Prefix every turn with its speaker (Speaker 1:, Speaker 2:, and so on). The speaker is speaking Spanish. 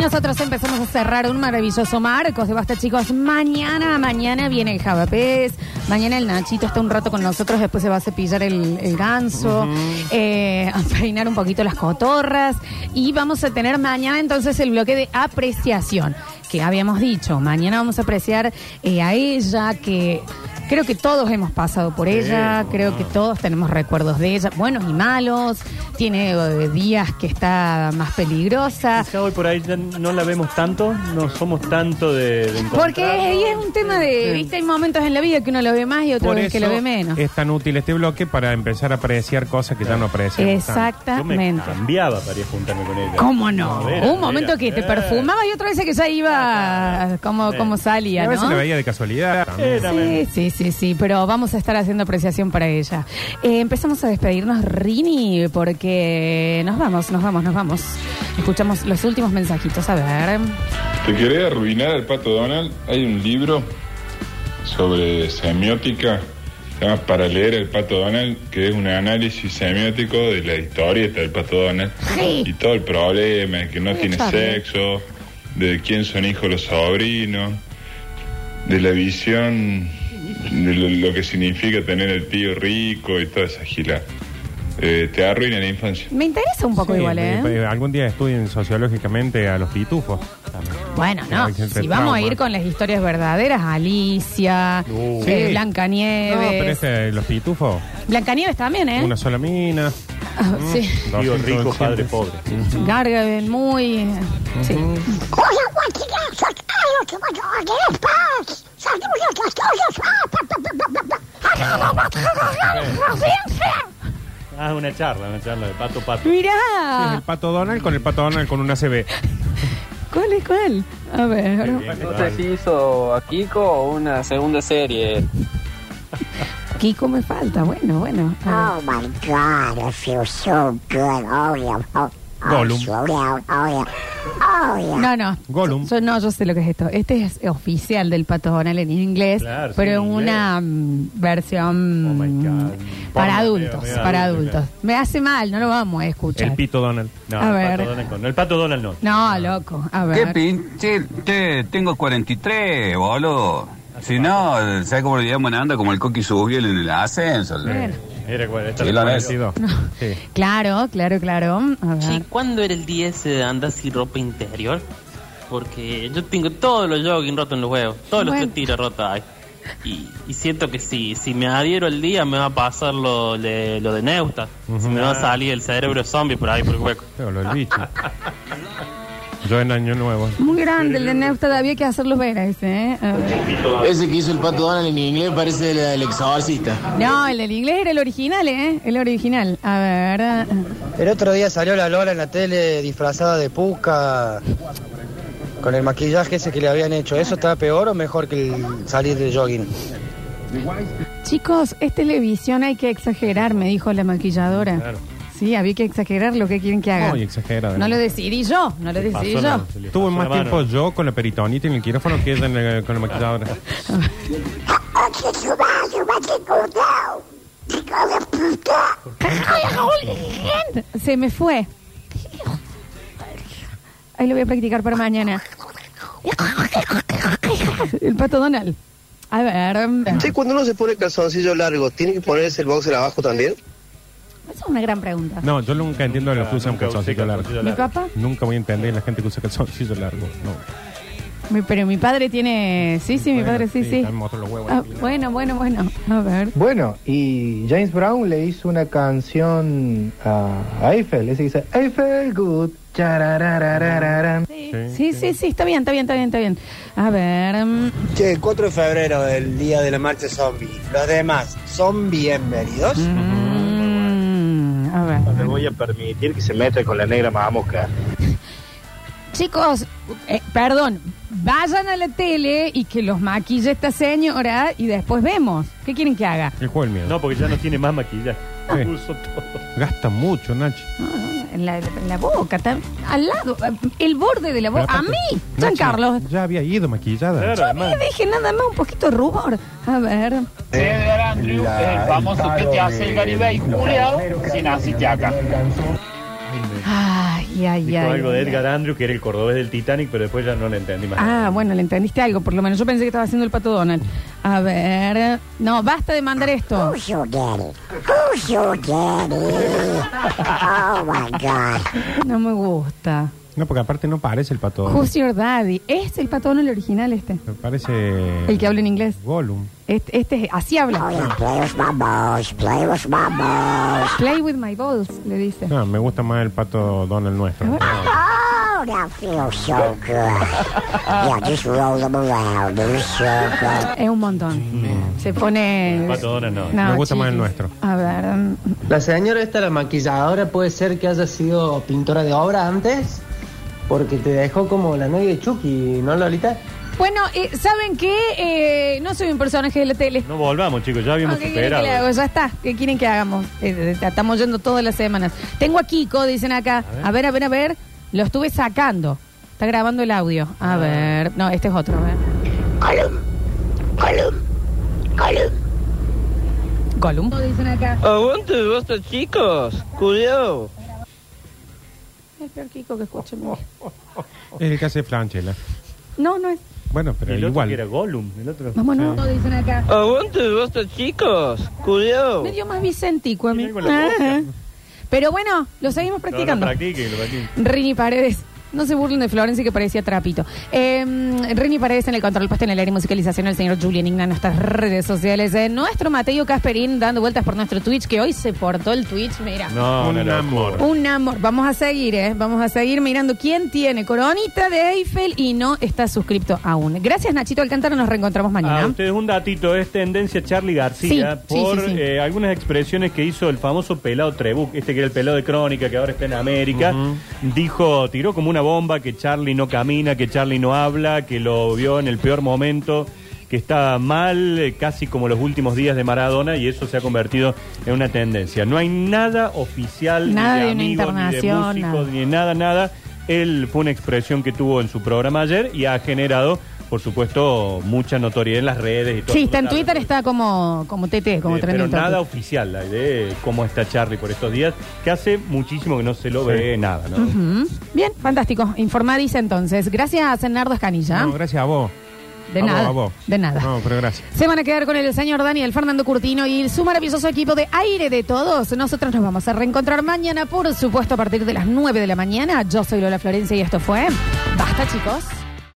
Speaker 1: nosotros empezamos a cerrar un maravilloso Marcos de Basta, chicos. Mañana, mañana viene el Javapés. Mañana el Nachito está un rato con nosotros. Después se va a cepillar el, el ganso, eh, a peinar un poquito las cotorras. Y vamos a tener mañana entonces el bloque de apreciación que habíamos dicho. Mañana vamos a apreciar eh, a ella, que creo que todos hemos pasado por ella, creo que todos tenemos recuerdos de ella, buenos y malos. Tiene eh, días que está más peligrosa.
Speaker 2: Quizá hoy por ahí ya no la vemos tanto, no somos tanto de, de encontrar.
Speaker 1: Porque ahí es un tema de, viste, hay momentos en la vida que uno lo ve más y otro
Speaker 3: Por
Speaker 1: que
Speaker 3: eso
Speaker 1: lo ve menos.
Speaker 3: es tan útil este bloque para empezar a apreciar cosas que ya no apreciamos. tanto.
Speaker 2: Yo me
Speaker 1: Exactamente.
Speaker 2: cambiaba para ir a juntarme con ella.
Speaker 1: ¿Cómo no?
Speaker 2: A ver,
Speaker 1: Hubo
Speaker 2: a
Speaker 1: un momento
Speaker 2: ver,
Speaker 1: que te
Speaker 2: a ver.
Speaker 1: perfumaba y otra vez que ya iba como, como
Speaker 3: Y
Speaker 1: salía,
Speaker 3: a
Speaker 1: ¿no?
Speaker 3: veces la veía de casualidad. también.
Speaker 2: Era
Speaker 1: Sí, sí, sí, sí, pero vamos a estar haciendo apreciación para ella. Eh, empezamos a despedirnos, Rini, porque nos vamos, nos vamos, nos vamos. Escuchamos los últimos mensajitos, a ver.
Speaker 4: ¿Te querés arruinar al pato Donald? Hay un libro sobre semiótica se llama para leer el pato Donald, que es un análisis semiótico de la historieta del pato Donald
Speaker 1: Sí.
Speaker 4: y todo el problema, que no
Speaker 1: Sí,
Speaker 4: tiene
Speaker 1: está bien.
Speaker 4: sexo, de quién son hijos los sobrinos, de la visión, de lo, lo que significa tener el tío rico y toda esa gila. Eh, te arruina la infancia.
Speaker 1: Me interesa un poco
Speaker 3: Sí,
Speaker 1: igual, ¿eh?
Speaker 3: eh, Algún día estudien sociológicamente a los pitufos. también.
Speaker 1: Bueno, no,
Speaker 3: Hay
Speaker 1: si
Speaker 3: gente
Speaker 1: vamos a
Speaker 3: trauma.
Speaker 1: ir con las historias verdaderas, Alicia, eh,
Speaker 3: No. Sí. No, pero
Speaker 1: Blancanieves.
Speaker 3: este, los pitufos,
Speaker 1: Blancanieves también, ¿eh?
Speaker 3: una sola mina.
Speaker 1: Ah, sí.
Speaker 2: Tío
Speaker 3: 200,
Speaker 2: rico,
Speaker 3: 200.
Speaker 2: padre pobre.
Speaker 1: Gargaben, muy. eh, Sí.
Speaker 2: Ah, una charla, una charla de pato pato.
Speaker 3: Es el
Speaker 1: Mirá.
Speaker 3: pato Donald con el pato Donald con una CB.
Speaker 1: ¿Cuál es cuál? A ver.
Speaker 2: Bien,
Speaker 5: No
Speaker 2: dale.
Speaker 5: sé si Este hizo a Kiko una segunda serie.
Speaker 1: Kiko me falta. Bueno, bueno. a
Speaker 6: Oh my god, I feel so good. Oh yeah. Oh, oh,
Speaker 3: Gollum.
Speaker 6: slow down. Oh yeah. Oh yeah.
Speaker 1: ver. No, no.
Speaker 3: Gollum.
Speaker 1: Yo no, yo sé lo que es esto. Este es oficial del Pato Donald en inglés,
Speaker 2: Claro, sí,
Speaker 1: pero
Speaker 2: en inglés.
Speaker 1: una mm, versión
Speaker 2: Oh my God.
Speaker 1: para
Speaker 2: Ponga,
Speaker 1: adultos,
Speaker 2: mira, mira,
Speaker 1: para
Speaker 2: adultos,
Speaker 1: adultos. Me hace mal, no lo vamos a escuchar.
Speaker 3: El pito Donald.
Speaker 2: No,
Speaker 1: A
Speaker 2: el
Speaker 1: ver.
Speaker 2: pato Donald con- no, el pato Donald no.
Speaker 1: No, loco, a
Speaker 7: ¿Qué
Speaker 1: ver.
Speaker 7: pinche? Che, tengo 43, boludo. Si no, ¿sabes cómo le llamo anda? Como el coqui subió en el ascenso.
Speaker 1: Bueno.
Speaker 2: Mira cuál esta
Speaker 7: Sí,
Speaker 2: la
Speaker 7: la
Speaker 2: pongo
Speaker 7: ves.
Speaker 2: yo.
Speaker 3: Sí.
Speaker 1: Claro, claro, claro. A ver.
Speaker 8: Che, ¿cuándo era el día ese de andar sin ropa interior? Porque yo tengo todos los jogging rotos en los huevos, todos los
Speaker 1: Bueno.
Speaker 8: tres tiros rotos ahí. Y, y siento que si, si me adhiero al día me va a pasar lo de, lo de Neusta. Se me va a salir el cerebro zombie por ahí por el hueco.
Speaker 3: Pero los bichos. Yo en Año Nuevo.
Speaker 1: Muy grande el de Neusta, todavía hay que hacerlo ver a ese, ¿eh? A ver.
Speaker 9: Ese que hizo el pato Donald en inglés parece el, el exorcista.
Speaker 1: No, el del inglés era el original, ¿eh? El original. A ver.
Speaker 10: El otro día salió la Lola en la tele disfrazada de puca con el maquillaje ese que le habían hecho. ¿Eso está peor o mejor que el salir de jogging?
Speaker 1: Chicos, es televisión, hay que exagerar, me dijo la maquilladora.
Speaker 2: Claro.
Speaker 1: Sí, había que exagerar lo que quieren que haga.
Speaker 3: Muy exagerado.
Speaker 1: No lo decidí yo, no lo decidí
Speaker 2: Pasó la-
Speaker 1: yo.
Speaker 2: se le
Speaker 3: Tuve
Speaker 2: pasó
Speaker 3: más
Speaker 2: la mano.
Speaker 3: tiempo yo con la peritonita en el quirófano que ella en el- con la maquilladora.
Speaker 1: Se me fue. Ahí lo voy a practicar para mañana. El pato Donald. A ver.
Speaker 10: Che, cuando uno se pone el calzoncillo largo, ¿tiene que ponerse el boxer abajo también?
Speaker 1: Esa es una gran pregunta.
Speaker 3: No, yo nunca entiendo los que usan
Speaker 2: Nunca usé
Speaker 3: calzoncillo largo.
Speaker 2: calzoncillo
Speaker 1: ¿Mi
Speaker 2: largo.
Speaker 1: papá?
Speaker 3: Nunca voy a entender la gente que usa calzoncillo largo. No.
Speaker 1: Mi- pero mi padre tiene. Sí, sí, mi
Speaker 3: Bueno,
Speaker 1: padre sí, sí.
Speaker 3: también mostró los huevos.
Speaker 1: Ah, bueno, bueno, bueno. A ver.
Speaker 10: Bueno, y James Brown le hizo una canción a Eiffel. Ese dice, Eiffel good.
Speaker 1: Sí, sí, sí, sí, está bien, está bien, está bien, está bien. A ver. mm,
Speaker 10: Che, el 4 de febrero, el día de la marcha zombie. Los demás, ¿son bienvenidos?
Speaker 1: mm, a ver.
Speaker 9: Me voy a permitir que se meta con la negra mamuca.
Speaker 1: Chicos, eh, perdón, vayan a la tele y que los maquille esta señora y después vemos. ¿Qué quieren que haga?
Speaker 3: El juego del miedo.
Speaker 2: No, porque ya no tiene más maquillaje.
Speaker 3: Sí.
Speaker 2: Puso todo.
Speaker 3: Gasta mucho, Nachi.
Speaker 1: No, no, En la, en la boca, tam- al lado, el borde de la
Speaker 3: Pero
Speaker 1: boca. A
Speaker 3: aparte,
Speaker 1: mí,
Speaker 3: Nachi
Speaker 1: Giancarlo.
Speaker 3: Ya había ido maquillada.
Speaker 2: Claro,
Speaker 1: A mí
Speaker 2: además.
Speaker 1: deje nada más un poquito de rubor. A ver.
Speaker 10: el famoso que te hace el Garibay, culeado, si naciste acá.
Speaker 1: Ay, ay,
Speaker 2: Dijo
Speaker 1: ay.
Speaker 2: algo de
Speaker 1: ay,
Speaker 2: Edgar Andrew, que era el cordobés del Titanic, pero después ya no le entendí más.
Speaker 1: Ah, bueno, le entendiste algo, por lo menos. Yo pensé que estaba haciendo el pato Donald. A ver. No, basta de mandar esto.
Speaker 6: Who's your daddy? Who's your daddy? Oh my God.
Speaker 1: No me gusta.
Speaker 3: No, porque aparte no parece el pato.
Speaker 1: Who's your daddy? Es el pato Donald original este.
Speaker 3: Parece.
Speaker 1: El que habla en inglés.
Speaker 3: Gollum.
Speaker 1: Este, este es- así
Speaker 6: Oh
Speaker 1: habla.
Speaker 6: yeah, play with my balls, play with my balls.
Speaker 1: Play with my balls, le dice.
Speaker 3: No, me gusta más el pato Donald nuestro.
Speaker 1: Ah.
Speaker 6: Oh, that feels so good. Yeah, just roll them around. It was so good.
Speaker 1: Es un
Speaker 3: Mm.
Speaker 1: montón. Se pone.
Speaker 2: Pato Donald no.
Speaker 1: No,
Speaker 3: Me gusta más
Speaker 1: chiquis.
Speaker 3: el nuestro.
Speaker 1: A ver. mm,
Speaker 10: La señora esta, la maquilladora, puede ser que haya sido pintora de obra antes, porque te dejó como la novia de Chucky, ¿no, Lolita?
Speaker 1: Bueno, eh, ¿saben qué? Eh, no soy un personaje de la tele.
Speaker 2: No volvamos, chicos, ya habíamos
Speaker 1: No, ¿qué quieren que
Speaker 2: superado.
Speaker 1: le hago? Ya está. ¿Qué quieren que hagamos? Eh, eh, estamos yendo todas las semanas. Tengo a Kiko, dicen acá. A ver, a ver, a ver. Lo estuve sacando. Está grabando el audio. A
Speaker 3: Ah.
Speaker 1: ver. No, este es otro. A ver.
Speaker 6: Gollum, Gollum, Gollum.
Speaker 1: Gollum. dicen acá.
Speaker 5: Aguante, basta chicos. Cuidado.
Speaker 1: Es peor Kiko que escucho. mira.
Speaker 3: Es el que hace Franchella.
Speaker 1: No, no es.
Speaker 3: Bueno, pero
Speaker 2: el otro
Speaker 3: igual.
Speaker 2: que era Gollum. El otro.
Speaker 1: Vamos, no. dicen acá.
Speaker 5: Aguante, basta chicos. Cuidado.
Speaker 1: Me dio más Vicentico a mí.
Speaker 2: Tiene algo en Oh. la boca.
Speaker 1: Ajá. Pero bueno, lo seguimos
Speaker 2: No,
Speaker 1: practicando.
Speaker 2: No, practique, lo practique.
Speaker 1: Rini Paredes. No se burlen de Florencia que parecía trapito. Eh, Rini Paredes en el control puesto en el área y musicalización, el señor Julian Igna en nuestras redes sociales. eh, nuestro Mateo Casperín dando vueltas por nuestro Twitch, que hoy se portó el Twitch, mira.
Speaker 2: No,
Speaker 3: Un
Speaker 2: no, no.
Speaker 3: amor.
Speaker 1: Un amor. Vamos a seguir, ¿eh? Vamos a seguir mirando quién tiene coronita de Eiffel y no está suscripto aún. Gracias, Nachito Alcántara. Nos reencontramos mañana.
Speaker 2: A Ah, ustedes un datito, es tendencia Charlie García
Speaker 1: Sí, sí,
Speaker 2: por
Speaker 1: sí, sí.
Speaker 2: eh, algunas expresiones que hizo el famoso pelado Trebuch, este que era el pelado de Crónica, que ahora está en América. Dijo, tiró como una bomba que Charlie no camina, que Charlie no habla, que lo vio en el peor momento, que estaba mal, eh, casi como los últimos días de Maradona, y eso se ha convertido en una tendencia. No hay nada oficial,
Speaker 1: Nada
Speaker 2: ni de
Speaker 1: de una
Speaker 2: amigos,
Speaker 1: internación,
Speaker 2: ni de
Speaker 1: nada.
Speaker 2: músicos, ni nada, nada. Él fue una expresión que tuvo en su programa ayer y ha generado, por supuesto, mucha notoriedad en las redes. Y todo
Speaker 1: Sí,
Speaker 2: el mundo
Speaker 1: está en Twitter,
Speaker 2: hablando.
Speaker 1: está como, como TT, como
Speaker 2: Eh, Pero
Speaker 1: trending topic.
Speaker 2: nada oficial la de cómo está Charlie por estos días, que hace muchísimo que no se lo ve nada, ¿no?
Speaker 1: Ujú. Bien, fantástico. Informadice entonces. Gracias, Nardo Escanilla. ¿ah?
Speaker 3: No, gracias a vos.
Speaker 1: De
Speaker 3: A vos,
Speaker 1: nada.
Speaker 3: a vos.
Speaker 1: De nada.
Speaker 3: No, pero gracias.
Speaker 1: Se van a quedar con el señor Daniel Fernando Curtino y su maravilloso equipo de aire de todos. Nosotros nos vamos a reencontrar mañana, por supuesto, a partir de las 9 de la mañana. Yo soy Lola Florencia y esto fue Basta, chicos.